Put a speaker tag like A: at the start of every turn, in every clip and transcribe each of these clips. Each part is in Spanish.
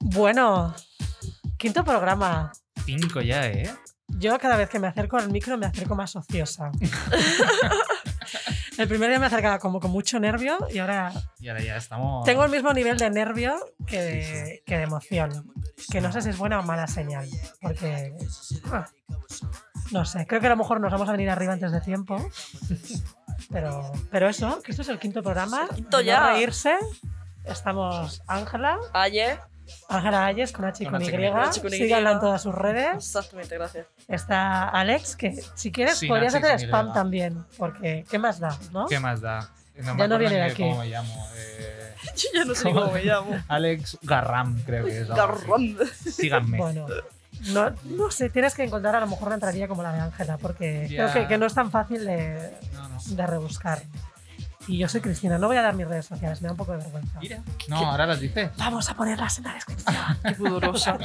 A: Bueno, quinto programa.
B: Cinco ya, ¿eh?
A: Yo cada vez que me acerco al micro me acerco más ociosa. el primer día me acercaba como con mucho nervio y ahora
B: Y ahora ya estamos.
A: tengo el mismo nivel de nervio que de,
B: Sí,
A: que de emoción. Que no sé si es buena o mala señal. Porque... ah, no sé, creo que a lo mejor nos vamos a venir arriba antes de tiempo. Pero, pero eso, que esto es el quinto programa.
C: Quinto
A: No
C: ya.
A: reírse. Estamos Ángela,
C: Ayer.
A: Ángela Ayes con H y
B: Con
A: con, y.
B: H y con Y.
C: Con H y con Y.
A: Síganla en todas sus redes.
C: Ah, Exactamente, gracias.
A: Está Alex, que si quieres
B: Sí,
A: podrías
B: Nachi,
A: hacer
B: sí,
A: spam
B: mira.
A: también, porque ¿qué más da? ¿no?
B: ¿Qué más da? No
A: Ya no
B: acuerdo
A: viene
B: ni
A: de
B: de
A: aquí.
B: cómo me llamo. eh,
C: Yo ya no sé ni cómo me llamo.
B: Alex Garram, creo que es. algo así.
C: Garrón.
B: Síganme.
A: Bueno, no, no sé, tienes que encontrar a lo mejor una entrada como la de Ángela, porque
B: Ya.
A: creo que, que no es tan fácil de,
B: No, no.
A: de rebuscar. Y yo soy Cristina, no voy a dar mis redes sociales, me da un poco de vergüenza.
B: Mira. No, ahora las dice.
A: Vamos a ponerlas en la descripción.
C: Qué pudorosa.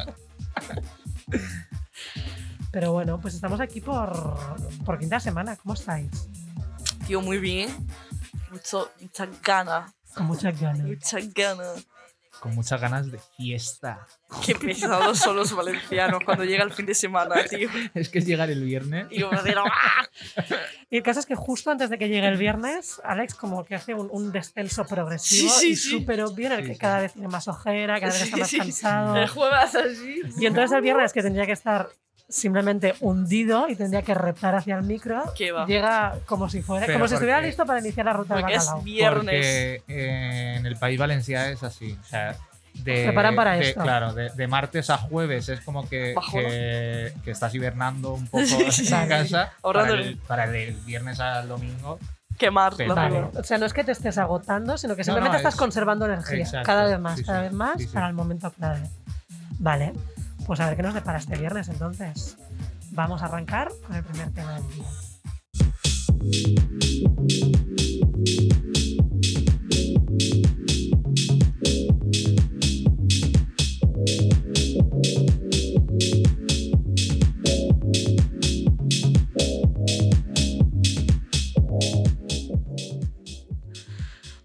A: Pero bueno, pues estamos aquí por, por quinta semana, ¿cómo estáis?
C: Tío, muy bien. Mucho, muchas ganas.
A: Con muchas ganas.
C: Muchas ganas.
B: Con muchas ganas de fiesta.
C: Qué pesados son los valencianos cuando llega el fin de semana, tío.
B: Es que es llegar el viernes.
C: Y como decir, ¡ah!
A: Y el caso es que justo antes de que llegue el viernes, Alex como que hace un, un descenso progresivo
C: Sí, sí,
A: y
C: sí.
A: súper obvio en el
B: Sí,
A: que
B: sí.
A: cada vez tiene más ojera, cada vez está
C: Sí,
A: más
C: sí.
A: cansado.
C: el jueves así.
A: Y entonces el viernes que tendría que estar simplemente hundido y tendría que reptar hacia el micro,
C: ¿Qué va?
A: llega como si fuera,
B: Pero
A: como si
B: ¿por
A: estuviera
B: qué?
A: listo para iniciar la ruta del
C: Porque es
A: bacalao.
C: viernes.
B: Porque eh, en el país valenciano es así. O sea, de,
A: Preparan para
B: de-
A: esto.
B: Claro, de, de martes a jueves es como que,
C: Bajón.
B: que, que estás hibernando un poco
C: Sí, sí,
B: en
A: sí, sí.
B: casa. Para
C: Ahorrando
B: el, para el del viernes al domingo.
C: Quemar
B: Pero-
C: la
B: Vale.
C: flor.
A: O sea, no es que te estés agotando, sino que
B: No,
A: simplemente
B: no,
A: estás
B: es-
A: conservando energía
B: Exacto,
A: cada vez más,
B: sí,
A: cada
B: sí,
A: vez más
B: sí, sí.
A: para el momento clave. Vale, pues a ver qué nos depara este viernes entonces. Vamos a arrancar con el primer tema del día.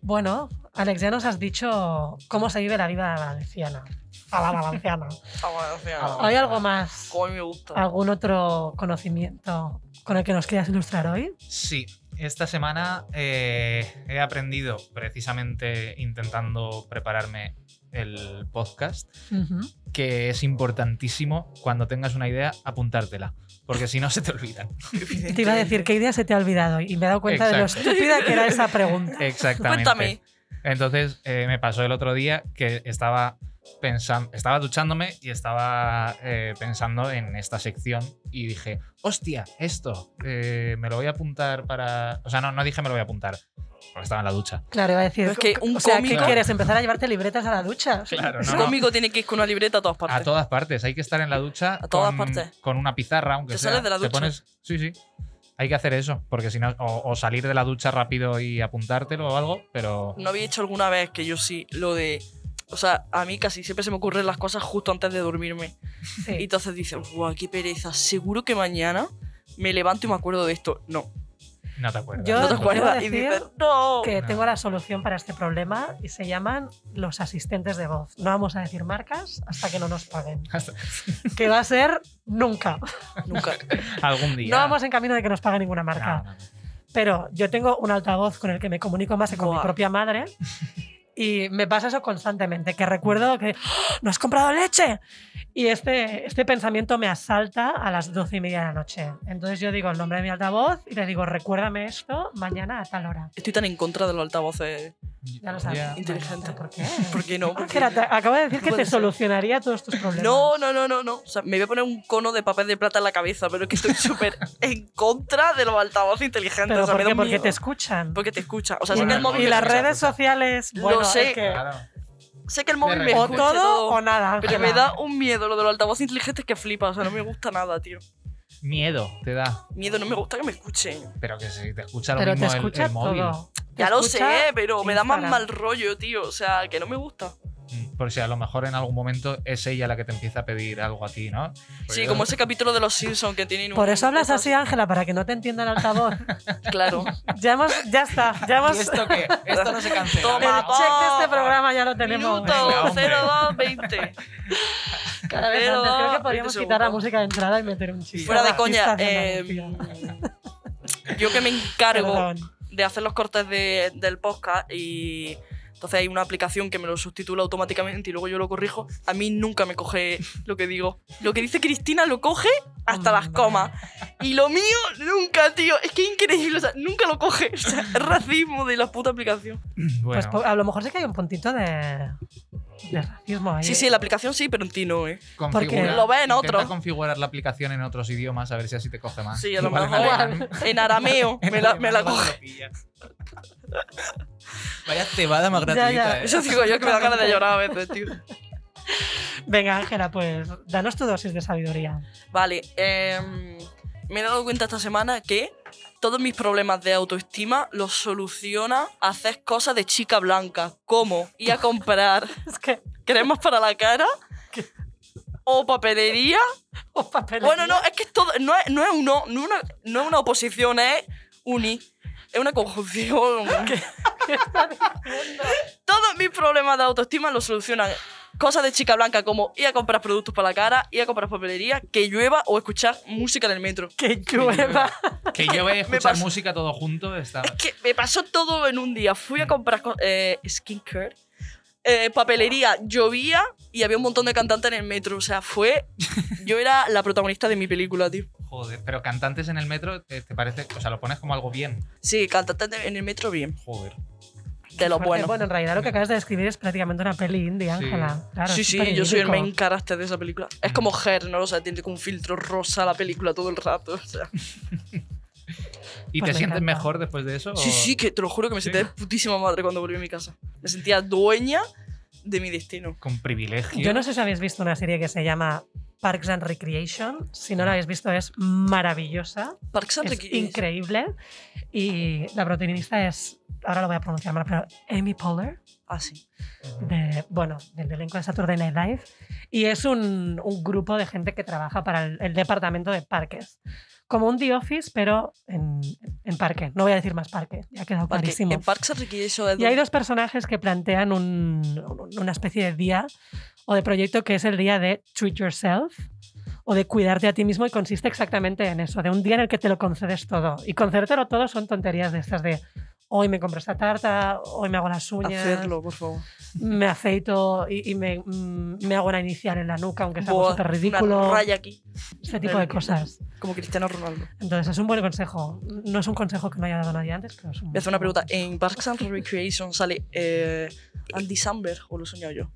A: Bueno, Alex, ya nos has dicho cómo se vive la vida valenciana. A la valenciana.
C: Ah, valenciano.
A: ¿Hay algo más?
C: Como a mí me gusta.
A: ¿Algún otro conocimiento con el que nos quieras ilustrar hoy?
B: Sí, esta semana eh, he aprendido precisamente intentando prepararme el podcast
A: Ujú.
B: que es importantísimo cuando tengas una idea apuntártela, porque si no se te olvida.
A: Te iba a decir qué idea se te ha olvidado y me he dado cuenta de
B: Este, Exacto.
A: lo estúpida que era esa pregunta.
B: Exactamente.
C: Cuéntame.
B: Entonces eh, me pasó el otro día que estaba pensando, estaba duchándome y estaba eh, pensando en esta sección y dije, hostia, esto eh, me lo voy a apuntar para, o sea, no, no dije me lo voy a apuntar, porque estaba en la ducha.
A: Claro, iba a decir.
C: Pero es que un
A: o sea, ¿qué
C: cómico-
A: quieres? ¿Empezar a llevarte libretas a la ducha? O sea,
B: Claro,
C: Un
B: no, no.
C: cómico tiene que ir con una libreta a todas partes.
A: Ah,
B: A todas partes, hay que estar en la ducha.
C: A todas
B: con,
C: partes.
B: Con una pizarra, aunque
C: ¿Te
B: sea.
C: sales de la ducha?
B: pones- sí, sí. Hay que hacer eso, porque si no, o, o salir de la ducha rápido y apuntártelo o algo, pero.
C: ¿No había hecho alguna vez que yo sí lo de... O sea, a mí casi siempre se me ocurren las cosas justo antes de dormirme.
A: sí.
C: Y entonces dices, guau, qué pereza. Seguro que mañana me levanto y me acuerdo de esto. No,
B: No te acuerdas.
A: Yo-
C: no te
A: quiero
C: acuerdas. Y
A: decir
C: dices, no.
A: que
B: No.
A: tengo la solución para este problema y se llaman los asistentes de voz. No vamos a decir marcas hasta que no nos paguen. que va a ser nunca.
C: Nunca.
B: Algún día.
A: No vamos en camino de que nos pague ninguna marca.
B: No, no, no.
A: Pero yo tengo un altavoz con el que me comunico más que con mi
C: Buah.
A: propia madre. Y me pasa eso constantemente, que recuerdo que ¡Ah! no has comprado leche. Y este, este pensamiento me asalta a las doce y media de la noche. Entonces yo digo el nombre de mi altavoz y le digo, recuérdame esto mañana a tal hora.
C: Estoy tan en contra de los altavoces.
A: Ya lo sabes.
B: Ya.
C: Inteligente.
A: ¿Por qué?
C: ¿Por qué no? Porque-
A: Ángela, te- acabo de decir que
C: Puede
A: te
C: ser.
A: solucionaría todos tus problemas.
C: No, no, no, no, no. O sea, me voy a poner un cono de papel de plata en la cabeza, pero es que estoy súper en contra de los altavoces inteligentes.
A: Pero
C: O sea,
A: ¿por
C: me da
A: qué?
C: un
A: Porque
C: miedo.
A: te escuchan.
C: Porque te escucha. O sea,
A: y,
C: sé que el
B: Bueno,
C: móvil,
A: y
C: me
A: las
B: escucha,
A: redes
B: escucha.
A: sociales,
C: Lo
A: bueno, es
C: sé.
A: que
B: Claro.
C: escucha. Sé que el móvil me
B: De
A: o
C: escucha
B: repente.
C: y
A: todo
C: todo.
A: o nada.
C: Pero
A: Ángela.
C: me da un miedo lo de los altavoces inteligentes que flipa. O sea, no me gusta nada, tío.
B: Miedo te da.
C: Miedo, no me gusta que me escuchen.
B: Pero que si te escucha lo
A: Pero te
B: mismo el- el,
A: escucha
B: móvil.
A: todo. Te
C: Ya lo
A: escucha
C: sé, pero me da más
A: Instagram.
C: mal rollo, tío. O sea, que no me gusta.
B: Mm, Por si a lo mejor en algún momento es ella la que te empieza a pedir algo a ti, ¿no? Pues
C: Sí,
B: yo-
C: como ese capítulo de los Simpsons que tienen. un-
A: Por eso hablas así, Ángela, para que no te entienda el altavoz.
C: Claro.
A: ya hemos, ya está, ya hemos.
B: ¿Y esto qué? Esto no se cancela.
A: el
C: Toma,
B: venga.
C: pa.
A: check de este programa ya lo tenemos.
B: Venga,
C: Minuto
B: hombre.
C: 0220.
A: Cada vez
C: Pero,
A: antes. Creo que
C: veinte
A: podríamos quitar la
C: segundos.
A: música de entrada y meter un chiste.
C: Fuera de
A: Ah,
C: coña.
A: pista de
C: eh,
A: andalucía.
C: yo que me encargo
A: Perdón.
C: de hacer los cortes de- del podcast y entonces hay una aplicación que me lo subtitula automáticamente y luego yo lo corrijo. A mí nunca me coge lo que digo. Lo que dice Cristina lo coge hasta las
A: Hombre.
C: comas. Y lo mío nunca, tío. Es que es increíble. O sea, nunca lo coge. O sea, es racismo de la puta aplicación.
A: Pues
B: Bueno,
A: po- a lo mejor sí que hay un puntito de, de racismo ahí.
C: Sí, sí, la aplicación sí, pero en ti no, ¿eh?
B: configura-
C: lo ve en
B: intenta
C: otro.
B: configurar la aplicación en otros idiomas a ver si así te coge más.
C: Sí, a lo
B: Igual en
C: mejor.
B: alemán-
C: En arameo
B: en
C: me la,
B: alemán
C: me la
B: igual te
C: coge.
B: lo pilla.
D: Vaya cebada más
A: Ya,
D: gratuita.
A: ya.
D: ¿eh?
C: Eso digo yo que me da ganas de llorar a veces, tío.
A: Venga, Ángela, pues danos tu dosis de sabiduría.
C: Vale, em, me he dado cuenta esta semana que todos mis problemas de autoestima los soluciona hacer cosas de chica blanca, como ir a comprar
A: Es que.
C: cremas para la cara o papelería.
A: Os papeles.
C: Bueno, no, es que es todo, no es, no es uno, no es una, no es una oposición, es uni. Es una conjunción. Todos mis problemas de autoestima los solucionan cosas de chica blanca como ir a comprar productos para la cara, ir a comprar papelería, que llueva o escuchar música en el metro.
A: Que llueva.
B: Que yo voy a
C: Me
B: escuchar
C: pasa-
B: música todo junto. Está...
C: Es que me pasó todo en un día. Fui a comprar co- eh, skincare, eh, papelería, llovía y había un montón de cantantes en el metro. O sea, fue. Yo era la protagonista de mi película, tío.
B: Joder, pero cantantes en el metro, ¿te, te parece? O sea, lo pones como algo bien.
C: Sí, cantantes de- en el metro, bien.
B: Joder.
C: De lo
A: Porque,
C: bueno.
A: Bueno, en realidad lo que acabas de describir es prácticamente una peli indie,
B: Sí.
A: Ángela. Claro,
C: sí,
A: es
C: sí, yo
A: superidílico.
C: soy el main character de esa película. Es como Her, ¿no? O sea, tiene un filtro rosa la película todo el rato. o sea.
B: ¿Y
A: Pues
B: te
A: me
B: sientes
A: encanta.
B: mejor después de eso?
A: Oh,
B: o-
C: Sí, sí, que te lo juro que me
B: Sí.
C: sentía de putísima madre cuando volví a mi casa. Me sentía dueña de mi destino.
B: Con privilegio.
A: Yo no sé si habéis visto una serie que se llama Parks and Recreation. Si no la habéis visto, es maravillosa.
C: Parks and
A: Es
C: Recreation.
A: increíble. Y la protagonista es. Ahora lo voy a pronunciar mal, pero Amy Poehler.
C: Ah, sí.
A: de, bueno, del elenco de Saturday Night Live, y es un, un grupo de gente que trabaja para el, el departamento de parques. Como un The Office, pero en, en parque. No voy a decir más parque, ya ha quedado
C: Parque-
A: clarísimo.
C: en Parks and Recreation es
A: Y hay
C: donde-
A: dos personajes que plantean un- un- una especie de día o de proyecto que es el día de treat yourself o de cuidarte a ti mismo y consiste exactamente en eso, de un día en el que te lo concedes todo. Y concedértelo todo son tonterías de estas de hoy me compro esta tarta, hoy me hago las uñas,
C: Hacerlo, por favor.
A: me afeito y, y me, mm, me hago una inicial en la nuca, aunque sea
C: Buah,
A: súper
C: Una
A: ridículo,
C: raya aquí,
A: este tipo de cosas.
C: como Cristiano Ronaldo.
A: Entonces, es un buen consejo. No es un consejo que no haya dado nadie antes, pero es un
C: Voy a
A: buen
C: hacer una
A: consejo.
C: pregunta. En Parks and Recreation sale eh, Andy Samberg, o lo he soñado yo.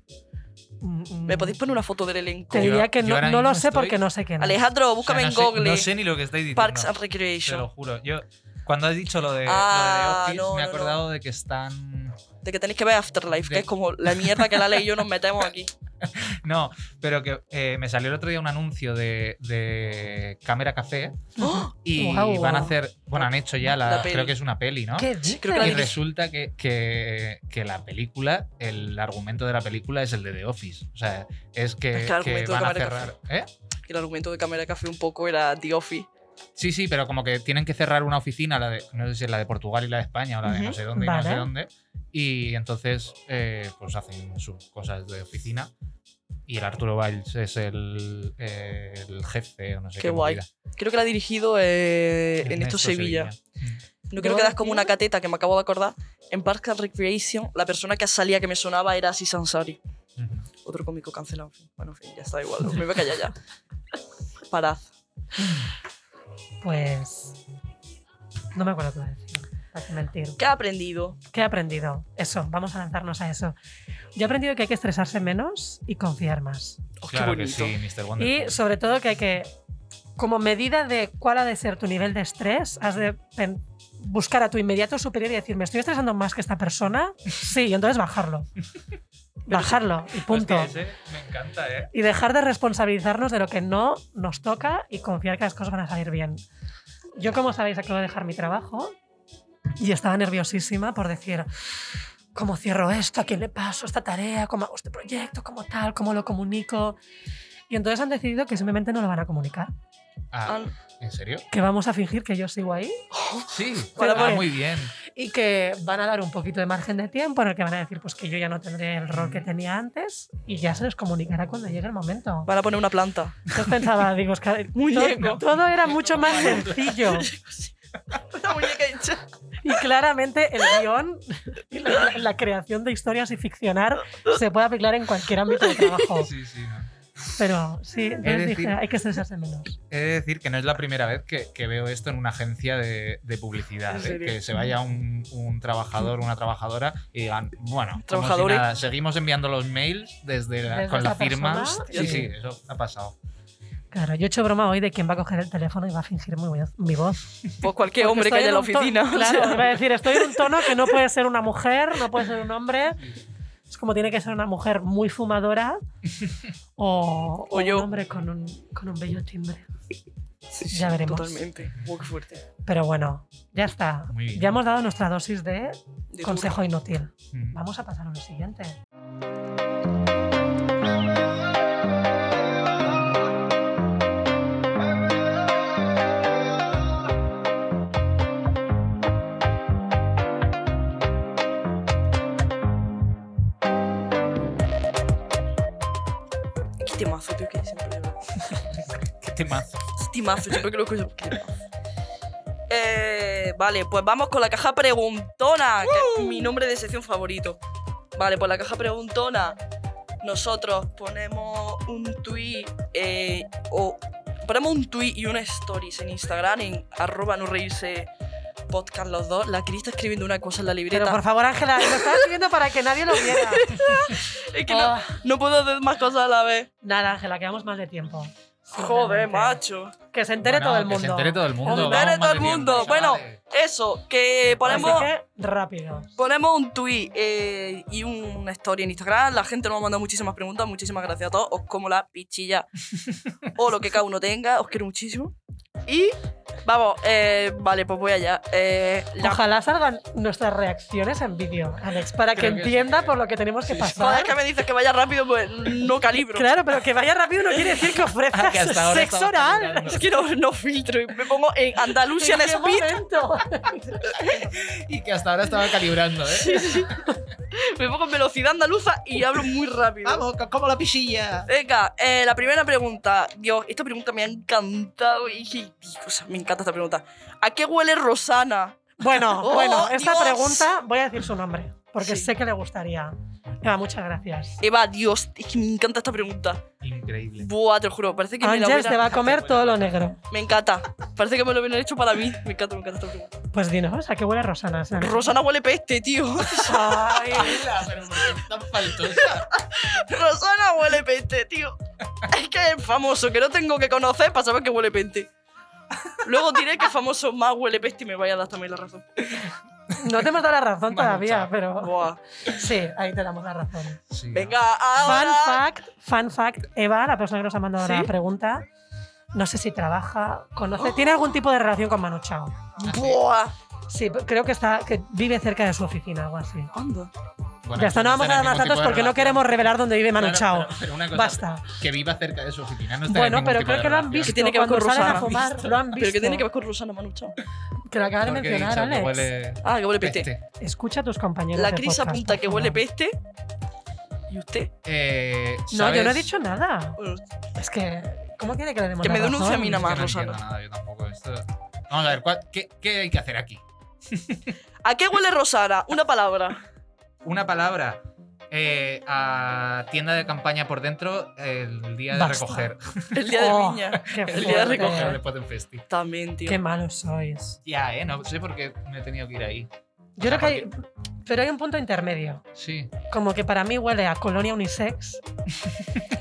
A: Mm, mm.
C: ¿Me podéis poner una foto del elenco?
A: Te
B: Yo-
A: diría que
B: yo
A: no,
B: ahora
A: no lo
B: mismo
A: sé porque
B: estoy-
A: no sé quién es.
C: Alejandro,
B: O sea,
C: búscame
B: no
C: en
B: sé-
C: Google.
B: No sé ni lo que estáis diciendo.
C: Parks and
B: Te lo
C: Recreation.
B: juro. Yo, cuando has dicho lo de, lo de The
C: Ah,
B: Office,
C: no,
B: me he
C: no, no.
B: acordado de que están.
C: De que tenéis que ver Afterlife, que
B: De-
C: es como la mierda que la ley y yo nos metemos aquí.
B: No, pero que eh, me salió el otro día un anuncio de, de Cámara Café
C: ¡Oh!
B: y
A: Guau.
B: van a hacer. Bueno, han hecho ya la.
C: La peli.
B: creo que es una peli, ¿no?
A: ¿Qué
C: creo que la
B: Y
A: dices?
C: dirige-
B: resulta que, que- que la película, el argumento de la película es el de The Office. O sea, es que,
C: Es que el
B: que
C: argumento de
B: van a
C: Cámara
B: cerrar. ¿Eh?
C: El argumento de Cámara Café un poco era The Office.
B: Sí, sí, pero como que tienen que cerrar una oficina, la de, no sé si es la de Portugal y la de España, o la de no
C: Ujú,
B: sé dónde y no sé
A: vale.
B: dónde. Y entonces, eh, pues hacen sus cosas de oficina. Y el Arturo Valls es el, eh, el jefe, o no sé qué.
C: Qué guay.
B: movida.
C: Creo que la ha dirigido eh, en
B: Ernesto
C: esto Sevilla.
B: Sevilla.
C: No creo que das como una cateta que me acabo de acordar. En Parks and Recreation, la persona que salía que me sonaba era Aziz Ansari.
B: Mm. Ujú.
C: Otro cómico cancelado. en fin. Bueno, en fin, ya está igual. Me voy a callar ya. Parad.
A: Pues. No me acuerdo qué iba a decir. Para qué mentir.
C: ¿Qué ha aprendido?
A: ¿Qué he aprendido? Eso, vamos a lanzarnos a eso. Yo he aprendido que hay que estresarse menos y confiar más.
C: Oh,
B: Claro
C: qué
B: que
C: bonito.
B: sí, Mr. Wonderful.
A: Y sobre todo que hay que, como medida de cuál ha de ser tu nivel de estrés, has de pen- buscar a tu inmediato superior y decir, ¿me estoy estresando más que esta persona? Sí, y entonces bajarlo. Bajarlo y punto.
B: Hostia, Pues ese me encanta, ¿eh?
A: Y dejar de responsabilizarnos de lo que no nos toca y confiar que las cosas van a salir bien. Yo, como sabéis, acabo de dejar mi trabajo y estaba nerviosísima por decir, ¿Cómo cierro esto? ¿A quién le paso esta tarea? ¿Cómo hago este proyecto? ¿Cómo tal? ¿Cómo lo comunico? Y entonces han decidido que simplemente no lo van a comunicar.
B: Ah, ¿En serio?
A: Que vamos a fingir que yo sigo ahí
B: Sí.
A: Hola,
B: Ah,
A: Poli.
B: muy bien.
A: y que van a dar un poquito de margen de tiempo en el que van a decir pues que yo ya no tendré el rol que tenía antes y ya se les comunicará cuando llegue el momento.
C: Van a poner una planta.
A: Yo pensaba, digo, es que todo,
C: Muñeco.
A: todo era mucho más sencillo
C: una muñeca hecha.
A: y claramente el guión, y la, la- la creación de historias y ficcionar se puede aplicar en cualquier ámbito de trabajo.
B: Sí, sí. no.
A: Pero sí, entonces
B: decir-
A: dije, hay que estresarse menos.
B: He de decir que no es la primera vez que, que veo esto en una agencia de, de publicidad.
C: ¿En
B: ¿eh?
C: serio?
B: Que se vaya un, un trabajador, una trabajadora y digan, bueno, como si
C: Trabajadores.
B: nada, seguimos enviando los mails desde la-
A: Desde
B: con la
A: esta
B: firma.
A: persona,
B: Sí,
A: y-
B: sí, eso ha pasado.
A: Claro, yo he hecho broma hoy de quién va a coger el teléfono y va a fingir mi, voz- mi voz.
C: Pues
A: Porque
C: cualquier hombre que
A: estoy
C: haya en la
A: en un tono-
C: oficina. o sea.
A: Claro, iba a decir, estoy en un tono que no puede ser una mujer, no puede ser un hombre. Es como tiene que ser una mujer muy fumadora o,
C: O yo.
A: un hombre con un, con un bello timbre. Ya veremos.
C: Totalmente. Buah, qué fuerte.
A: Pero bueno, ya está.
B: Muy bien.
A: Ya hemos dado nuestra dosis de
C: De
A: consejo inútil.
B: Mm.
A: Vamos a pasar a lo siguiente.
C: turno. Qué temazo, tío, que siempre.
B: Qué temazo.
C: Qué Temazo, siempre que lo escucho. qué temazo. Eh, vale, pues vamos con la caja preguntona, que es mi nombre de sección favorito. Vale, pues la caja preguntona. Nosotros ponemos un tweet eh, o ponemos un tweet y una stories en Instagram en arroba no reírse podcast los dos. La Cris está escribiendo una cosa en la libreta.
A: Pero por favor, Ángela, lo estaba escribiendo para que nadie lo viera.
C: es que no,
A: Ah,
C: no puedo hacer más cosas a la vez.
A: nada, Ángela, quedamos mal de tiempo.
C: Joder,
A: Simplemente.
C: macho.
A: Que se entere
B: Bueno,
A: todo el mundo.
B: Que se entere todo el mundo.
A: Que se
B: vamos,
C: entere todo
B: madre
C: el
B: mía, pues,
C: mundo.
B: chavales.
C: Eso, que
A: Así
C: ponemos
A: que, rápido.
C: Ponemos un tweet eh, y una historia en Instagram. La gente nos ha mandado muchísimas preguntas. Muchísimas gracias a todos. Os como la pichilla. o lo que cada uno tenga. Os quiero muchísimo. Y vamos, eh, vale, pues voy allá. Eh, la-
A: Ojalá salgan nuestras reacciones en vídeo, Alex, para que
B: Creo que
A: entienda
B: sí.
A: por lo que tenemos que
C: Joder,
A: pasar.
C: es que me dices que vaya rápido, pues no calibro.
A: Claro, pero que vaya rápido no quiere decir que ofrezcas
B: Ah, que hasta ahora
A: sexo
B: estaba
A: oral.
B: caminando.
C: Es que no, no filtro. y Me pongo en Andalucía en
A: ¿En qué
C: speed.
A: momento?
B: Y que hasta ahora estaba calibrando, ¿eh?
C: Me pongo en velocidad andaluza y hablo muy rápido.
B: Vamos, co- como la pisilla.
C: Venga, eh, la primera pregunta. Dios, esta pregunta me ha encantado. Y, y- o sea, me encanta esta pregunta. ¿A qué huele Rosana?
A: Bueno,
C: Oh,
A: bueno, esta
C: Dios.
A: pregunta voy a decir su nombre, porque
C: Sí.
A: sé que le gustaría. Eva, muchas gracias.
C: Eva, Dios, es que me encanta esta pregunta.
B: Increíble.
C: Buah, te lo juro, parece que me la
A: Ángel
C: hubiera-
A: te va a comer todo lo negro.
C: Me encanta, parece que me lo hubieran hecho para mí. Me encanta, me encanta esta pregunta.
A: Pues dinos, ¿a qué huele Rosana?
C: Rosana huele peste, tío.
A: Ay,
B: pero ¿por qué tan faltosa?
C: Rosana huele peste, tío. Es que es famoso, que no tengo que conocer para saber que huele peste. Luego diré que famoso más huele peste y me vaya a dar también la razón.
A: no te hemos dado la razón
B: Manucha.
A: todavía, pero
C: Buah.
A: sí, ahí te damos la razón.
B: Sí.
C: Venga,
A: Fun
C: ahora.
A: fact, fun fact, Eva, la persona que nos ha mandado
C: ¿Sí?
A: la pregunta, no sé si trabaja,
C: ¡Oh!
A: conoce, tiene algún tipo de relación con Manu Chao.
C: Buah.
A: Sí, p- creo que está, que vive cerca de su oficina, algo así.
C: Anda.
B: Bueno,
A: ya está, no
B: están
A: vamos a
B: en
A: dar
B: el
A: más
B: mismo
A: datos
B: tipo de
A: porque no
B: relación.
A: queremos revelar dónde vive Manu
B: Claro,
A: Chao.
B: pero- pero una cosa,
A: Basta.
B: que viva cerca de su oficina no está
A: Bueno,
B: en ningún
A: pero
B: tipo
A: creo
B: de
A: que lo han
B: relación.
A: visto.
C: Que tiene que ver
A: cuando
C: con
A: salen a
C: Rosana.
A: fumar, lo han visto.
C: Pero que tiene que ver con Rosana Manuchao.
A: Que lo acabas de
B: Porque he
A: mencionar,
B: dicho que
A: Alex.
B: huele
C: Ah, que huele peste.
B: peste.
A: Escucha a tus compañeros.
C: La
A: de
C: Cris
A: podcast,
C: apunta
A: por
C: que
A: favor.
C: huele peste. ¿Y usted?
B: Eh,
A: No, yo no he
B: ¿sabes?
A: dicho nada.
C: Bueno,
A: Es que, ¿cómo quiere que le demos
C: Que
A: la
C: me denuncie
A: razón?
C: a mí nada
B: Es que
C: más,
B: no entiendo
C: Rosana.
B: nada, yo tampoco. Esto... Vamos a ver, ¿cuál- qué, ¿qué hay que hacer aquí?
C: ¿A qué huele Rosana? Una palabra.
B: Una palabra. eh, a tienda de campaña por dentro el día de
A: Basta.
B: recoger.
C: El día de
A: Oh,
C: viña.
A: qué
B: El día de
A: fuerte.
B: recoger después de un festival.
C: También, tío.
A: Qué malos sois.
B: Ya, eh, no sé por qué me he tenido que ir ahí.
A: Yo
B: O sea,
A: creo que hay, pero hay un punto intermedio.
B: Sí.
A: Como que para mí huele a colonia unisex.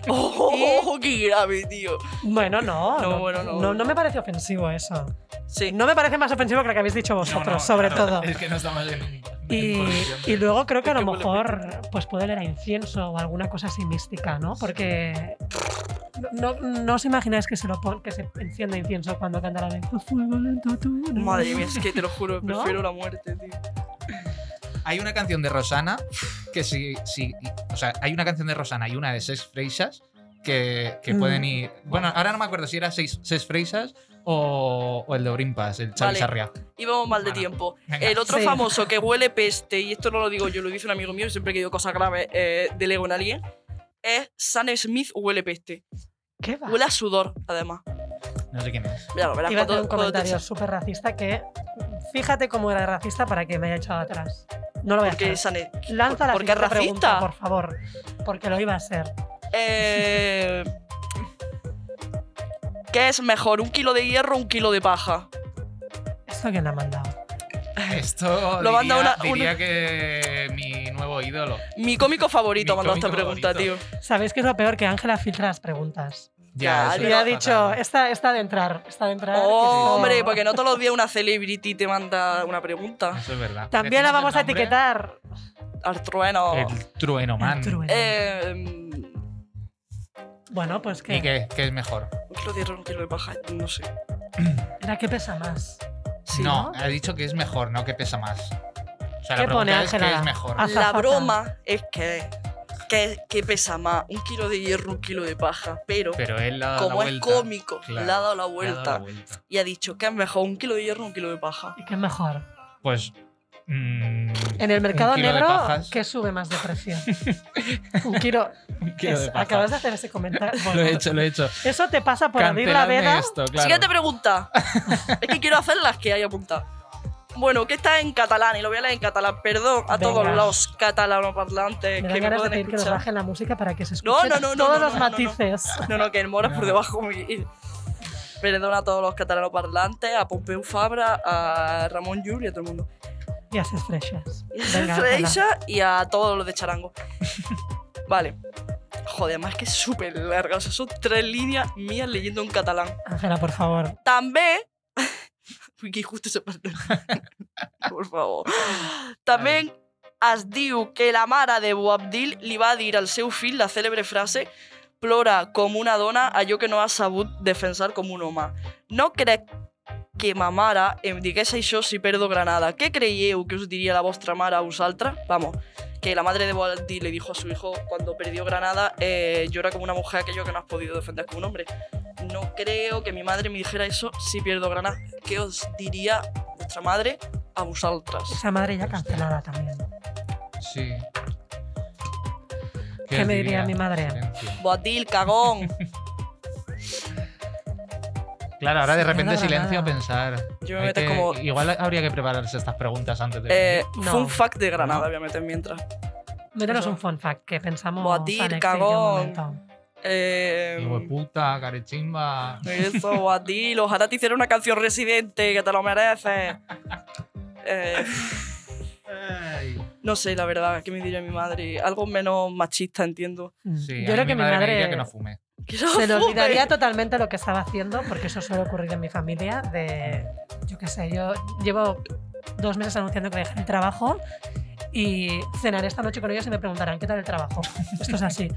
C: Oh, qué grave, tío.
A: Bueno, no.
C: No, bueno, no.
A: no me parece ofensivo eso.
C: Sí.
A: No me parece más ofensivo que lo que habéis dicho vosotros,
B: No, no,
A: sobre
B: claro,
A: todo.
B: Es que no estamos en. en
A: Y,
B: posición de-
A: y luego creo que a
C: Es
A: lo
C: que huele
A: mejor pues puede oler a incienso o alguna cosa así mística, ¿no? Porque no, no os imagináis que se, lo pon- que se encienda incienso cuando cantarán el fuego lento tú.
C: Madre mía, es que te lo juro,
A: ¿No?
C: prefiero la muerte, tío.
B: Hay una canción de Rosana que sí, sí. O sea, hay una canción de Rosana y una de Ses Freixas que, que
A: Mm.
B: pueden ir. Bueno, ahora no me acuerdo si era Ses, Ses Freixas o, o el de Orimpas, el Xavi
C: Vale.
B: Sarriá.
C: Íbamos mal de
B: Bueno,
C: tiempo.
B: venga.
C: El otro
A: Sí.
C: famoso que huele peste, y esto no lo digo yo, lo dice un amigo mío, siempre que digo cosas graves eh, delego en alguien, es Sam Smith huele peste.
A: ¿Qué va?
C: Huele a sudor, además.
B: No sé quién es.
C: Míralo, verás.
A: Iba a hacer
C: cuando-
A: un
C: cuando te
A: comentario súper racista que fíjate cómo era de racista para que me haya echado atrás. No lo voy a
C: Porque
A: hacer.
C: Sam es-
A: Lanza la
C: por qué es
A: siguiente pregunta,
C: racista?
A: por favor. Porque lo iba a ser.
C: Eh, ¿Qué es mejor, un kilo de hierro o un kilo de paja?
A: ¿Esto quién lo ha mandado?
B: Esto
C: Lo
B: diría,
C: manda una- una-
B: diría que mi nuevo ídolo.
C: Mi cómico favorito ha
B: Mi
C: mandado esta
B: cómico
C: pregunta,
B: favorito.
C: tío.
A: Sabéis que es lo peor que Ángela filtra las preguntas.
C: Ya,
B: eso
A: Y
C: Pero-
A: ha
B: es
A: dicho,
B: fatal.
A: esta, esta de entrar, esta de entrar.
C: Oh,
A: Esto-
C: hombre, porque no todos los días una celebrity te manda una pregunta.
B: Eso es verdad.
A: También la vamos
B: Decimos el
A: a
B: nombre,
A: etiquetar.
C: Al trueno.
B: El trueno, man.
A: El trueno.
C: Eh, un
A: bueno, pues
B: ¿Y
A: que
B: qué, qué es mejor?
C: kilo de hierro, un kilo de paja, no sé.
A: era que pesa más. Sí, ¿no?
B: no, ha dicho que es mejor, no que pesa más. O sea, la
A: ¿Qué
B: pregunta
A: pone,
B: es qué
A: Ángela? Ah,
B: es mejor.
A: Haz-
C: La
A: Azafata.
C: broma es que, que, que pesa más un kilo de hierro, un kilo de paja. Pero,
B: Pero él la,
C: como es cómico,
B: claro,
C: le ha dado
B: le
C: la
B: ha
C: vuelta.
B: dado la vuelta.
C: Y ha dicho que es mejor un kilo de hierro, un kilo de paja.
A: ¿Y qué es mejor?
B: Pues. mm,
A: En el mercado
B: un kilo de
A: negro,
B: pajas.
A: ¿qué sube más de precio? un kilo.
B: Un kilo
A: Es-
B: de paja.
A: acabas de hacer ese comentario.
B: Lo he
A: Bueno,
B: hecho, lo he hecho.
A: Eso te pasa por abrir la
B: Canceladme
A: veda.
B: esto, claro.
C: Siguiente pregunta. es que quiero hacer las que hay apuntadas. Bueno, que está en catalán y lo voy a leer en catalán. Perdón a
A: Venga.
C: todos los catalanoparlantes
A: Me dan
C: que me
A: ganas de
C: pueden
A: pedir que nos
C: escuchar.
A: bajen la música para que se
C: No,
A: escuchen
C: no, no, no,
A: todos
C: no,
A: los
C: no, no, no.
A: matices.
C: No, no, que el mora por
B: No.
C: debajo. muy- Perdón a todos los catalanoparlantes, a Pompeu Fabra, a Ramón Llull y a todo el mundo.
A: Y haces freshas.
C: Y
A: Venga,
C: Freisa y a todos los de Charango. vale. Joder, más que es súper larga. O sea, son tres líneas mías leyendo en catalán.
A: Ángela. Ángela, por favor.
C: También. Uy, que justo se parte. Por favor. También es diu que la mare de Boabdil li va dir al seu fill la cèlebre frase plora com una dona allò que no ha sabut defensar com un home. No crec que ma mare em digués això si perdo Granada. Què creieu que us diria la vostra mare a vosaltres? Vamos, que la madre de Boabdil le dijo a su hijo cuando perdió Granada eh, llora como una mujer aquello que no has podido defender como un hombre. No creo que mi madre me dijera eso si pierdo Granada. ¿Qué os diría vuestra madre a vosotras?
A: Esa madre ya cancelada también.
B: Sí.
A: ¿Qué
B: os
A: me diría mi madre?
B: Silencio.
C: Boatil, cagón.
B: Claro, ahora de
A: Sí, no
B: repente
A: habrá
B: silencio a
A: nada.
B: pensar.
C: Yo me
B: Hay
C: meto
B: que-
C: como-
B: Igual habría que prepararse estas preguntas antes de.
C: Eh,
A: No.
C: Fun fact de Granada, voy a meter mientras.
A: Métenos
C: Eso.
A: un fun fact que pensamos.
C: Boatil,
A: Alex y yo un
C: cagón.
A: momento.
C: Eh,
B: Hijo de puta, carechimba.
C: eso, Boatil, ojalá te hiciera una canción residente, que te lo mereces. Eh, no sé, la verdad, ¿qué me diría mi madre? Algo menos machista, entiendo.
B: Sí,
A: Mm. Yo
B: a
A: creo
B: mí
A: que mi
B: me
A: madre.
B: diría que no fume.
C: Que no
A: se le
C: fume.
A: olvidaría totalmente lo que estaba haciendo, porque eso suele ocurrir en mi familia, de, yo qué sé, yo llevo dos meses anunciando que voy a dejar el trabajo y cenaré esta noche con ellos y me preguntarán qué tal el trabajo. Esto es así.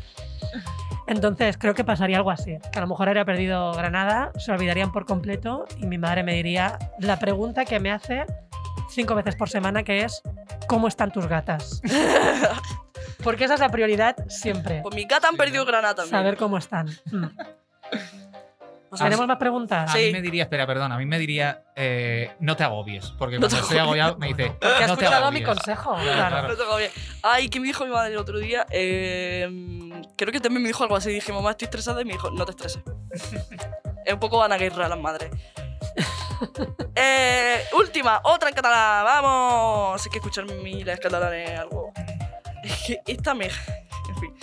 A: Entonces creo que pasaría algo así, que a lo mejor era perdido Granada, se olvidarían por completo y mi madre me diría la pregunta que me hace cinco veces por semana que es ¿cómo están tus gatas? Porque esa es la prioridad siempre,
C: Pues mi gata han
B: Sí,
C: perdido
B: ¿no?
C: Granada también.
A: saber cómo están. Mm.
C: O sea,
A: ¿Tenemos más preguntas?
B: A
C: Sí.
B: mí me diría, espera, perdón, a mí me diría, eh, no te agobies. Porque
C: No te
B: cuando estoy
C: agobies.
B: agobiado me dice,
A: Porque has
B: no te
A: escuchado mi
B: agobies.
A: consejo.
B: Claro,
A: Claro.
B: claro.
C: No tengo bien. Ay, que me dijo mi madre el otro día. Eh, creo que también me dijo algo así. Dije, mamá, estoy estresada. Y me dijo, no te estreses. es un poco van a guerra las madres. Eh, última, otra en catalán. Vamos. Hay que escuchar miles catalanes algo. Es que esta me. En fin.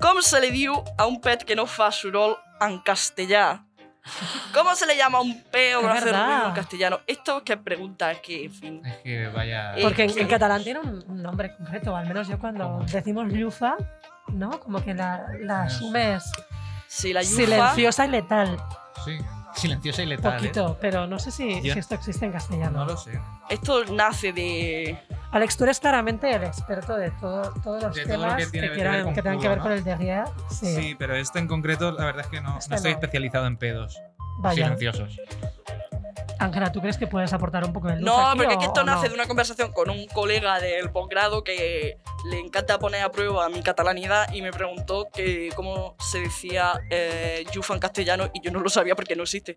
C: ¿Cómo se le dio a un pet que no fa surol en castellà? ¿Cómo se le llama a un peo que no
A: Es
C: hace ruido en
A: verdad.
C: castellano? Esto es que pregunta, es que, en fin.
B: Es que vaya.
C: Eh,
A: Porque en, en catalán tiene un un nombre concreto, al menos yo cuando
B: ¿Cómo?
A: decimos llufa, ¿no? Como que la, la
B: Ah.
A: asumes
C: Si la yufa,
A: silenciosa y letal,
B: Sí, silenciosa y letal. ¿eh?
A: poquito, pero no sé si,
B: Yo-
A: si esto existe en castellano.
B: No lo sé.
C: Esto nace de.
A: Alex, tú eres claramente el experto de todo- todos los
D: De todo lo
A: temas
D: que tiene que
A: que,
D: ver
A: quieran-
D: con
A: que tengan
D: culo,
A: que ver
D: ¿no?
A: con el derrière. Sí,
D: Sí. pero este en concreto, la verdad es que no, no
A: Este
D: estoy
A: no.
D: especializado en pedos.
A: vaya.
B: Silenciosos.
A: Ángela, ¿tú crees que puedes aportar un poco de luz?
C: No,
A: aquí
C: porque
A: o-
C: es que esto
A: o
C: nace de una conversación con un colega del posgrado que le encanta poner a prueba mi catalanidad y me preguntó que cómo se decía eh, yufa en castellano y yo no lo sabía porque no existe.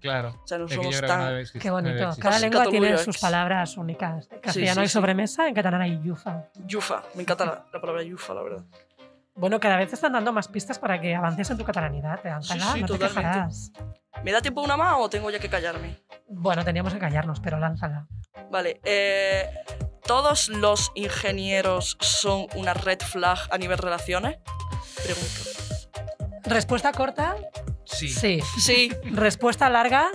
B: Claro.
C: O sea, no
B: Es que yo
C: somos
B: creo que no
C: tan...
B: debe existir-
A: Qué
B: no debe
A: bonito.
B: existir.
A: Cada
C: eh, Sí,
A: lengua tiene
C: Cataluña.
A: sus palabras únicas. En castellano
C: sí,
A: hay
C: sí.
A: sobremesa, en catalán hay yufa.
C: Yufa, me encanta la, la palabra yufa, la verdad.
A: Bueno, cada vez te están dando más pistas para que avances en tu catalanidad, ¿eh, Ángela.
C: sí,
A: no te
C: totalmente.
A: quejarás.
C: ¿Me da tiempo una más o tengo ya que callarme?
A: Bueno, teníamos que callarnos, pero lánzala.
C: Vale, eh, ¿todos los ingenieros son una red flag a nivel relaciones? Pregunto.
A: Respuesta corta,
B: Sí. Sí,
A: sí.
C: Sí,
A: Respuesta larga,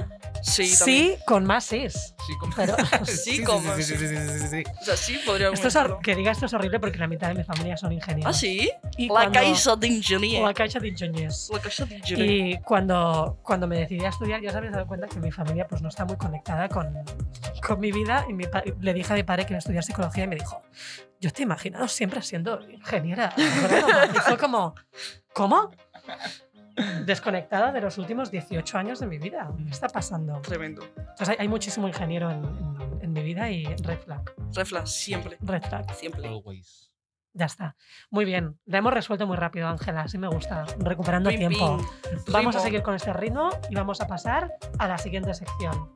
C: sí,
A: sí,
C: también.
A: con más sís.
B: como-
A: Pero-
B: Sí, sí,
C: como-
B: Sí, sí, sí, sí, sí, sí, sí.
C: O sea, sí, podría
A: Esto es
C: argumentarlo.
A: hor- que diga esto es horrible porque la mitad de mi familia son ingenieros.
C: ¿Ah, sí?
A: Y
C: La
A: cuando-
C: Caixa de Ingeniería.
A: La caixa de ingenieros.
C: La Caixa de Ingeniería.
A: Y cuando, cuando me decidí a estudiar, ya os habéis dado cuenta que mi familia pues, no está muy conectada con, con mi vida. Y mi pa- le dije a mi padre que iba a estudiar psicología y me dijo, yo te he imaginado siempre siendo ingeniera. agrónoma". Y fue como, ¿cómo? Desconectada de los últimos 18 años de mi vida. ¿Qué está pasando?
C: Tremendo.
A: Entonces hay, hay muchísimo ingeniero en, en- en mi vida y red flag,
C: Refla, siempre.
A: red flag.
C: Siempre.
B: Always.
A: Ya está. Muy bien. La hemos resuelto muy rápido, Ángela. Así me gusta. Recuperando
C: Pim,
A: tiempo.
C: pim.
A: Vamos a
C: Ritmo.
A: seguir con este ritmo y vamos a pasar a la siguiente sección.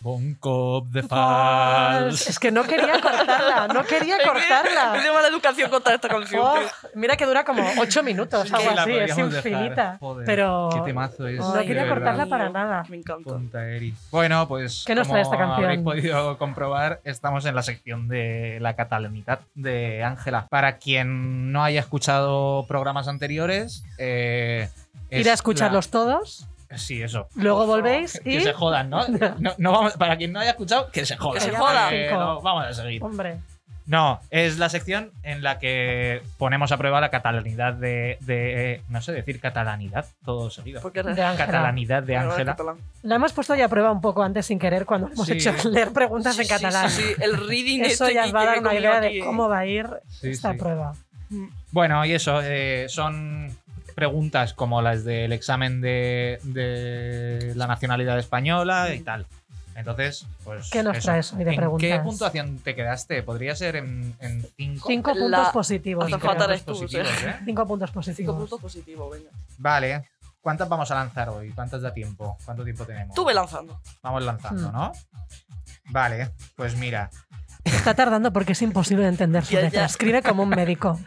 B: Bon cop de
A: Es
B: fals.
A: que no quería cortarla, no quería
C: Es
A: cortarla.
C: de mala educación contar esta canción.
A: Oh,
C: tío.
A: mira que dura como 8 minutos,
B: Sí,
A: algo
B: la
A: así, es
B: podríamos dejar.
A: infinita.
B: Joder,
A: pero
B: Qué temazo es. este,
A: no
C: Ay,
A: quería
B: de verdad.
A: cortarla para nada.
C: Me encanta.
B: Punta Eri. Bueno, pues
A: ¿Qué nos trae esta
B: como
A: canción?
B: habréis podido comprobar, estamos en la sección de la catalanidad de Ángela. Para quien no haya escuchado programas anteriores, eh, es
A: Ir a escucharlos todos,
B: la- Sí, eso.
A: luego volvéis y...
B: Que se jodan, ¿no? No, no vamos, para quien no haya escuchado, que se jodan.
C: Que se jodan.
B: Pero vamos a seguir.
A: Hombre,
B: No, es la sección en la que ponemos a prueba la catalanidad de. de- no sé decir catalanidad todo seguido.
C: Porque
A: de Pues, Ángela.
B: Catalanidad de
C: Ahora
B: Ángela.
C: catalán.
A: La hemos puesto ya a prueba un poco antes sin querer cuando hemos
B: Sí.
A: hecho leer preguntas en
C: Sí, sí,
A: catalán.
C: Sí, sí, el reading
A: Eso
C: este
A: ya
C: que
A: os va a dar
C: tiene
A: una
C: conmigo
A: idea de
C: aquí. eh,
A: cómo va a ir
B: Sí,
A: esta
B: sí.
A: prueba.
B: Bueno, y eso, eh, son preguntas como las del examen de, de la nacionalidad española y tal. Entonces, pues.
A: ¿Qué nos
B: eso.
A: traes hoy de
B: ¿En
A: preguntas?
B: ¿Qué puntuación te quedaste? ¿Podría ser en, en cinco?
A: Cinco
C: La
A: puntos positivos.
B: Cinco
C: Hace falta
A: creo.
B: puntos
C: eres tú,
B: positivos, ¿eh?
A: Cinco puntos
C: Cinco
A: positivos.
C: puntos positivos, venga.
B: Vale. ¿Cuántas vamos a lanzar hoy? ¿Cuántas da tiempo? ¿Cuánto tiempo tenemos?
C: Tú ve lanzando.
B: Vamos lanzando,
A: Mm.
B: ¿no? Vale, pues mira.
A: Está tardando porque es imposible de entender su
C: Ya,
A: letra.
C: ya.
A: Escribe como un médico,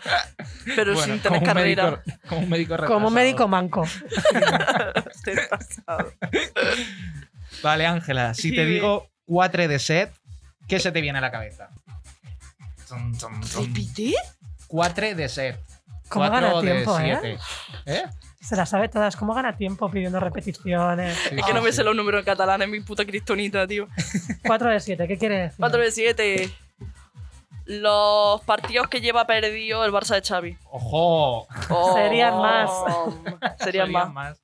C: Pero
B: bueno,
C: sin tener
B: como un médico-
C: carrera.
B: como un médico
A: como un
B: retrasado.
A: médico manco.
C: Estoy pasado.
B: Vale, Ángela, si te
C: Sí.
B: digo 4 de set, ¿qué se te viene a la cabeza? Tum, tum, tum.
C: ¿Repite?
B: Quatre de set.
A: ¿Cómo
B: Cuatro
A: gana
B: de
A: tiempo, eh?
B: siete. ¿Eh?
A: Se las sabe todas. ¿Cómo gana tiempo pidiendo repeticiones?
B: Sí,
C: Es que
B: sí,
C: no me
B: Mm. sí.
C: sé los números en catalán, es mi puta cristonita, tío.
A: Cuatro de siete, ¿qué quiere decir?
C: 4 de 7. Los partidos que lleva perdido el Barça de Xavi.
B: ¡Ojo!
C: Oh,
A: Serían más.
C: Serían más.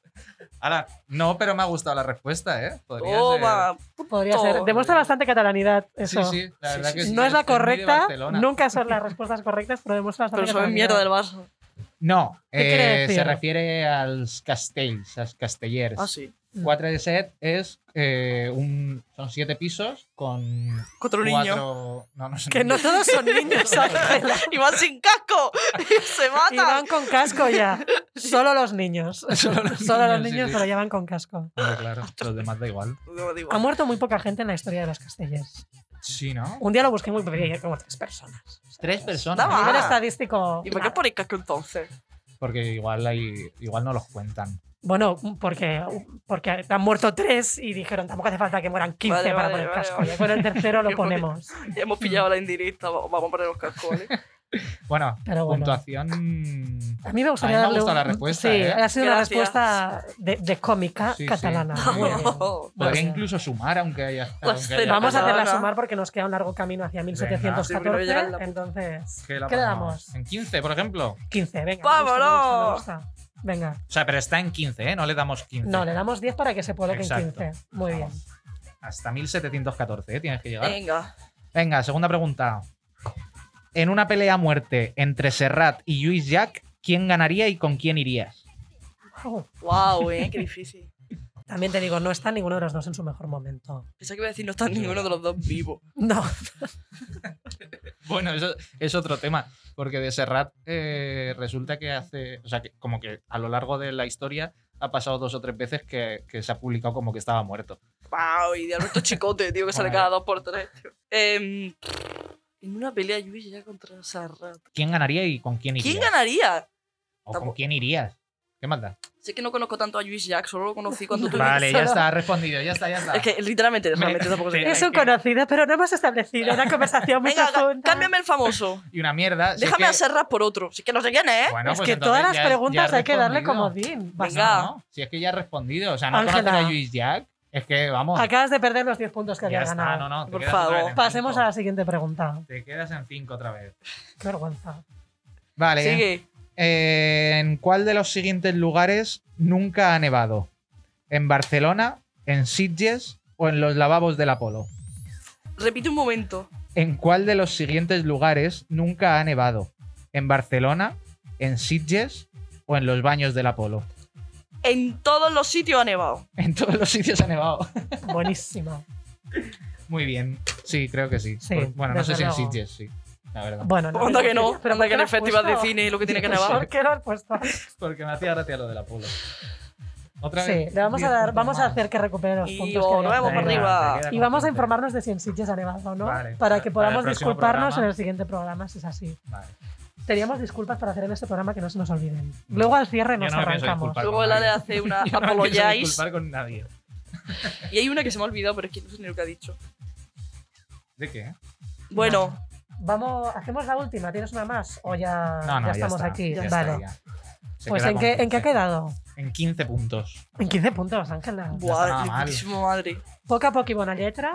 B: Ahora, no, pero me ha gustado la respuesta, ¿eh? Podría
C: Toma.
A: Podría ser.
C: Todo.
A: Demuestra bastante catalanidad
B: ser-
A: eso.
B: Sí, sí, la
C: Sí,
B: verdad
C: sí,
B: que
C: sí.
B: sí,
A: no es la
B: eres muy de
A: correcta,
B: Barcelona.
A: nunca son las respuestas correctas, pero demuestra bastante
C: Pero son
A: catalanidad.
C: mierda del Barça.
B: No,
A: ¿Qué quiere
B: eh,
A: decir?
B: se refiere a los castells, a los castellers.
C: Ah, sí.
B: 4 de set es eh, un, son siete pisos con
C: Cuatro niños.
B: cuatro... No, no sé.
A: Que no todos son niños, Ángela.
C: Y van sin casco. Se
A: Y
C: matan.
A: van con casco ya. Solo los niños. Solo los niños,
B: sí, sí.
A: pero ya van con casco.
B: Hombre, claro, los demás da igual.
C: No, da igual.
A: Ha muerto muy poca gente en la historia de los castellers.
B: Sí, ¿no?
A: Un día lo busqué muy pequeño, como tres personas.
B: Tres
C: Da
B: personas.
A: A nivel
C: Ah.
A: estadístico.
C: ¿Y por qué
A: nada.
C: ponéis casco entonces?
B: Porque igual, hay, igual no los cuentan.
A: Bueno, porque, porque han muerto tres y dijeron tampoco hace falta que mueran 15
C: Vale,
A: para
C: vale,
A: poner
C: vale,
A: casco.
C: vale.
A: Y con el tercero lo
C: Qué bonito.
A: ponemos.
C: Ya hemos pillado la indirecta, va- vamos a poner los cascos, ¿vale?
B: Bueno,
A: Pero bueno.
B: puntuación.
A: A mí me gustaría
B: A mí
A: darle
B: me ha gustado
A: un-
B: la respuesta,
A: Sí,
B: ¿eh?
A: ha sido
C: Gracias.
A: una respuesta de, de cómica
B: Sí, sí.
A: catalana.
B: Sí.
A: Muy bien.
B: Podría
A: Bueno.
B: incluso sumar, aunque haya.
C: Pues
B: aunque haya-
A: Pues, eh, Vamos a
C: Catalana.
A: hacerla sumar porque nos queda un largo camino hacia
C: Sí, porque no
A: 1714.
C: llega la puta.
A: entonces,
B: ¿Qué, la
A: ¿qué le
B: ponemos?
A: damos?
B: En 15, por ejemplo.
A: 15, venga. me gusta, me gusta, me
C: ¡Vámonos!
A: gusta. Venga,
B: O sea, pero está en 15, ¿eh? No le damos 15.
A: no, le damos 10 para que se coloque
B: Exacto.
A: en 15. Muy bien.
B: Hasta 1714, ¿eh? Tienes que llegar.
C: Venga.
B: Venga, segunda pregunta. En una pelea a muerte entre Serrat y Luis Jack, ¿quién ganaría y con quién irías?
A: Wow.
C: Wow, eh, qué difícil.
A: También te digo, no está ninguno de los dos en su mejor momento.
C: Pensaba que iba a decir no están ninguno de los dos vivo.
A: No,
B: Bueno, eso es otro tema, porque de Serrat eh, resulta que hace, o sea, que como que a lo largo de la historia ha pasado dos o tres veces que, que se ha publicado como que estaba muerto.
C: Wow, y de Alberto Chicote, tío, que sale
B: Bueno,
C: cada dos por tres. tío. Em, en una pelea Luis ya contra Sarrat.
B: ¿Quién ganaría y con quién irías?
C: ¿Quién ganaría?
B: ¿O con quién irías? ¿Qué más da?
C: Sé que no conozco tanto a Luis Jack, solo lo conocí cuando tuve.
B: Vale, ya
A: solo-
B: está, ha respondido, ya está, ya está.
C: Es que literalmente, realmente tampoco sé.
B: Venga,
A: es un
B: que-
A: conocido, pero no hemos establecido una conversación muy
C: Venga, ga-
A: profunda.
C: cámbiame el famoso.
B: Y una mierda. sé
C: Déjame
B: que-
C: a Serrat por otro. Si que no ¿eh? sé quién es.
B: Bueno,
A: ¿eh? es
B: pues
A: que
B: entonces
A: todas las
B: ya- ya ha
A: preguntas hay que darle
B: respondido.
A: como Dean.
B: Pues
C: Venga.
B: no, no, Si es que ya ha respondido. O sea, no
A: Ángela.
B: conocer a Luis Jack. Es que vamos.
A: Acabas de perder los 10 puntos que
B: ya
A: habías
B: está,
A: ganado.
B: no, no. te
C: Por
B: quedas otra
C: favor.
B: vez en
A: Pasemos
B: cinco.
A: a la siguiente pregunta.
B: Te quedas en 5 otra vez.
A: Qué vergüenza.
B: Vale.
C: Sigue.
B: Eh, ¿En cuál de los siguientes lugares nunca ha nevado? ¿En Barcelona? ¿En Sitges? ¿O en los lavabos del Apolo?
C: Repite un momento.
B: ¿En cuál de los siguientes lugares nunca ha nevado? ¿En Barcelona? ¿En Sitges? ¿O en los baños del Apolo?
C: En todos los sitios ha nevado.
B: En todos los sitios ha nevado.
A: Buenísimo.
B: Muy bien. Sí, creo que sí.
A: Sí,
B: Pues, bueno, no sé
A: desde
B: si en
A: luego.
B: Sitges, sí. La verdad.
A: Bueno,
C: Onda que no.
A: pero ¿por qué
C: Onda que en
A: lo
C: el
A: has
C: festival de
A: puesto?
C: cine lo que tiene que
B: No sé.
C: nevar.
A: ¿Por qué lo has puesto?
B: Porque me hacía gracia lo del Apolo. Otra
A: Sí,
B: vez.
A: le vamos a
B: diez
A: dar,
B: puntos
A: vamos a
B: más.
A: hacer que recupere los
C: Y
A: puntos.
C: o
A: que había
C: nuevo
B: Venga,
C: por
A: perdido.
C: arriba.
B: te queda
A: Y vamos a
B: consciente.
A: informarnos de si en Sitges ha nevado, ¿no?
B: Vale, para-
A: para que
B: para el
A: podamos
B: próximo
A: disculparnos
B: programa.
A: en el siguiente programa, si es así.
B: Vale.
A: Teníamos disculpas para hacer en este programa que no se nos olviden. Luego al cierre
B: Yo
A: nos
B: no me pienso
A: arrancamos.
B: disculpar.
C: Luego
B: con
C: la de
B: nadie.
C: hace una
B: Yo no me quiero
C: apologiáis.
B: disculpar con nadie.
C: Y hay una que se me ha olvidado, pero es que no sé ni lo que ha dicho.
B: ¿De qué?
C: Bueno,
A: Vamos, hacemos la última. ¿Tienes una más? O ya,
B: No,
A: ya
B: no, ya
A: estamos
B: está,
A: aquí.
B: ya está,
A: vale.
B: ya. Se
A: Pues
B: queda
A: ¿en
B: con
A: qué, ¿en qué ha
B: 15.
A: quedado?
B: En 15 puntos.
A: En 15 puntos, Ángela.
C: buah,
B: nada mal.
C: dificilísimo, madre.
A: Poca Pokémon a letra.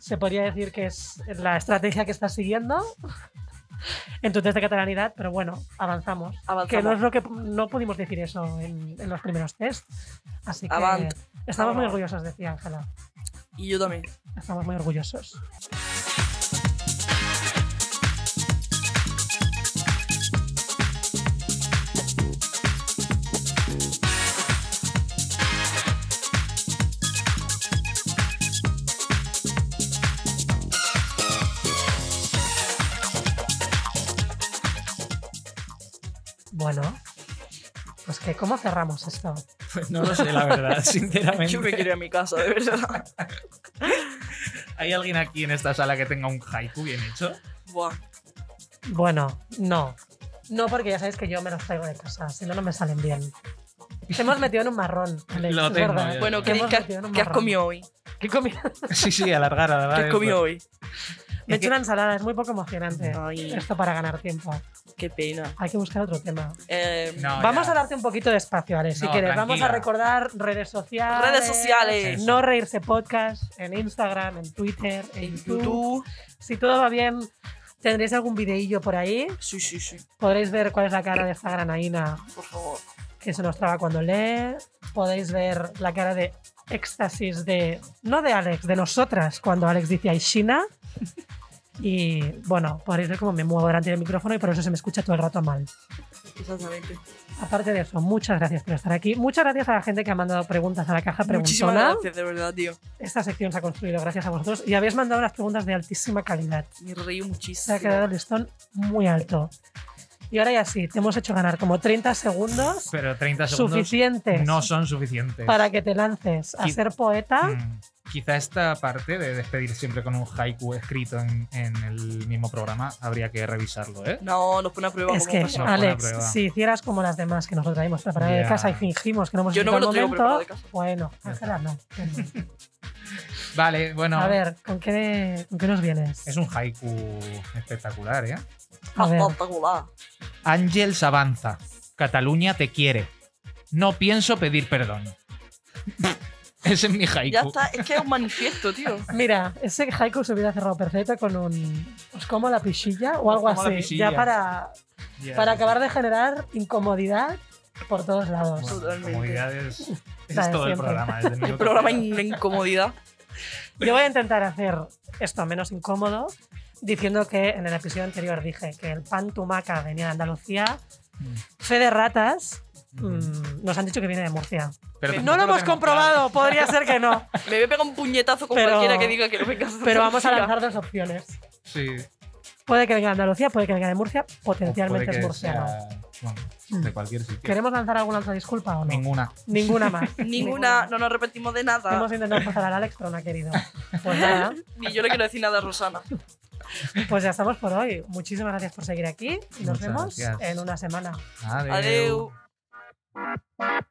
A: Se podría decir que es la estrategia que estás siguiendo en tu test de catalanidad, pero bueno, avanzamos. Que no es
C: Avanzamos.
A: lo que no pudimos decir eso en, en los primeros test. Así que
C: Avant.
A: estamos muy
C: Avant.
A: orgullosos de ti, Ángela.
C: Y yo también.
A: Estamos muy orgullosos. Bueno, pues que cómo cerramos esto.
B: Pues no lo sé, la verdad,
C: Yo me
B: sinceramente.
C: quiero ir a mi casa, de verdad.
B: ¿Hay alguien aquí en esta sala que tenga un haiku bien hecho?
C: Buah.
A: Bueno, no. No, porque ya sabéis que yo me los traigo de casa, si no, no me salen bien. Te hemos metido en un marrón, Alex.
B: Lo
A: es
B: tengo,
A: verdad.
B: ya.
C: Bueno,
A: Te
C: ¿qué,
A: hemos
C: qué-
A: metido en un
C: qué has
A: marrón.
C: comido hoy?
A: ¿Qué he comido?
B: Sí, sí, alargar, alargar.
C: ¿Qué has
B: esto.
C: comido hoy?
A: Me he
B: Es
A: hecho
B: que-
A: una ensalada, es muy poco emocionante.
C: Ay,
A: Esto para ganar tiempo.
C: qué pena.
A: Hay que buscar otro tema.
C: Em,
B: No,
A: Vamos
B: Ah, ya.
A: a darte un poquito de espacio, Alex, si
B: No,
A: quieres. Vamos a
B: tranquila.
A: recordar redes sociales.
C: Redes sociales.
A: No reírse podcast en Instagram, en Twitter, en,
C: En
A: YouTube.
C: YouTube.
A: Si todo va bien, tendréis algún videillo por ahí.
C: Sí, sí, sí.
A: Podréis ver cuál es la cara de esta granaína
C: Por favor.
A: que se nos traba cuando lee. Podéis ver la cara de éxtasis de, no de Alex, de nosotras, cuando Alex dice Aishina. Y bueno, podréis ver cómo me muevo delante del micrófono y por eso se me escucha todo el rato mal.
C: Exactamente.
A: Aparte de eso, muchas gracias por estar aquí. Muchas gracias a la gente que ha mandado preguntas a la caja
C: Muchísimas
A: preguntona.
C: gracias, de verdad, tío.
A: Esta sección se ha construido gracias a vosotros y habéis mandado unas preguntas de altísima calidad.
C: Me reí
A: Se ha quedado
C: muchísimo.
A: el listón muy alto. Y ahora ya sí, te hemos hecho ganar como 30 segundos,
B: Pero 30 segundos
A: suficientes
B: no son suficientes.
A: para que te lances a
B: Qui-
A: ser poeta.
B: Mm, Quizá esta parte de despedir siempre con un haiku escrito en, en el mismo programa habría que revisarlo, ¿eh?
C: No, nos pone a prueba
A: Es
C: cómo
A: que,
B: pasó
C: pasa.
B: por la
A: Alex,
B: prueba.
A: si hicieras como las demás que nos lo traímos preparado de
B: Ya.
A: casa y fingimos que no hemos
C: Yo no me
A: escrito
C: lo
A: el
C: traigo preparado de
A: Pues, momento,
C: casa.
A: bueno,
B: Ya
A: Ángela, no.
B: Vale, bueno.
A: A ver, ¿con qué, con qué nos vienes?
B: Es un haiku espectacular, ¿eh?
C: Ah,
A: A ver.
C: Espectacular.
B: Ángels avanza. Cataluña te quiere. No pienso pedir perdón. Ese es mi haiku.
C: Ya está, es que es un manifiesto, tío.
A: Mira, ese haiku se hubiera cerrado perfecto con un. Os como la pisilla o algo
B: como la
A: así.
B: pisilla.
A: Ya para,
B: Ya.
A: para acabar de generar incomodidad por todos lados.
B: Bueno,
C: Totalmente.
B: comodidades es,
A: La de
B: todo el
A: siempre.
B: programa. desde el
C: El
B: minuto
C: programa
B: cero.
C: en la incomodidad.
A: Yo voy a intentar hacer esto menos incómodo, diciendo que en el episodio anterior dije que el pan tumaca venía de Andalucía.
B: Mm.
A: Fe de ratas
B: Mm.
A: mm, nos han dicho que viene de Murcia.
B: Pero
C: No
A: Eh, No
B: tampoco
A: lo hemos
B: tengo
A: comprobado, podría ser que no.
C: Me voy a pegar un puñetazo con
A: Pero-
C: cualquiera que diga que no vengas
A: Pero vamos a
C: Mira,
A: lanzar dos opciones.
B: claro. Sí.
A: Puede que venga de Andalucía, puede que venga de Murcia,
B: Puede
A: potencialmente
B: que
A: es murciano. Mm.
B: sea, bueno, de cualquier sitio.
A: ¿Queremos lanzar alguna otra disculpa o no?
B: Ninguna.
A: Ninguna más.
C: Ninguna, no nos repetimos de nada.
A: Hemos intentado pasar al Alex, pero no ha querido. Pues nada,
C: Ni yo le quiero decir nada a Rosana.
A: pues ya estamos por hoy. Muchísimas gracias por seguir aquí y nos
B: Muchas
A: vemos
B: gracias.
A: en una semana.
B: Adeu.
C: Adeu.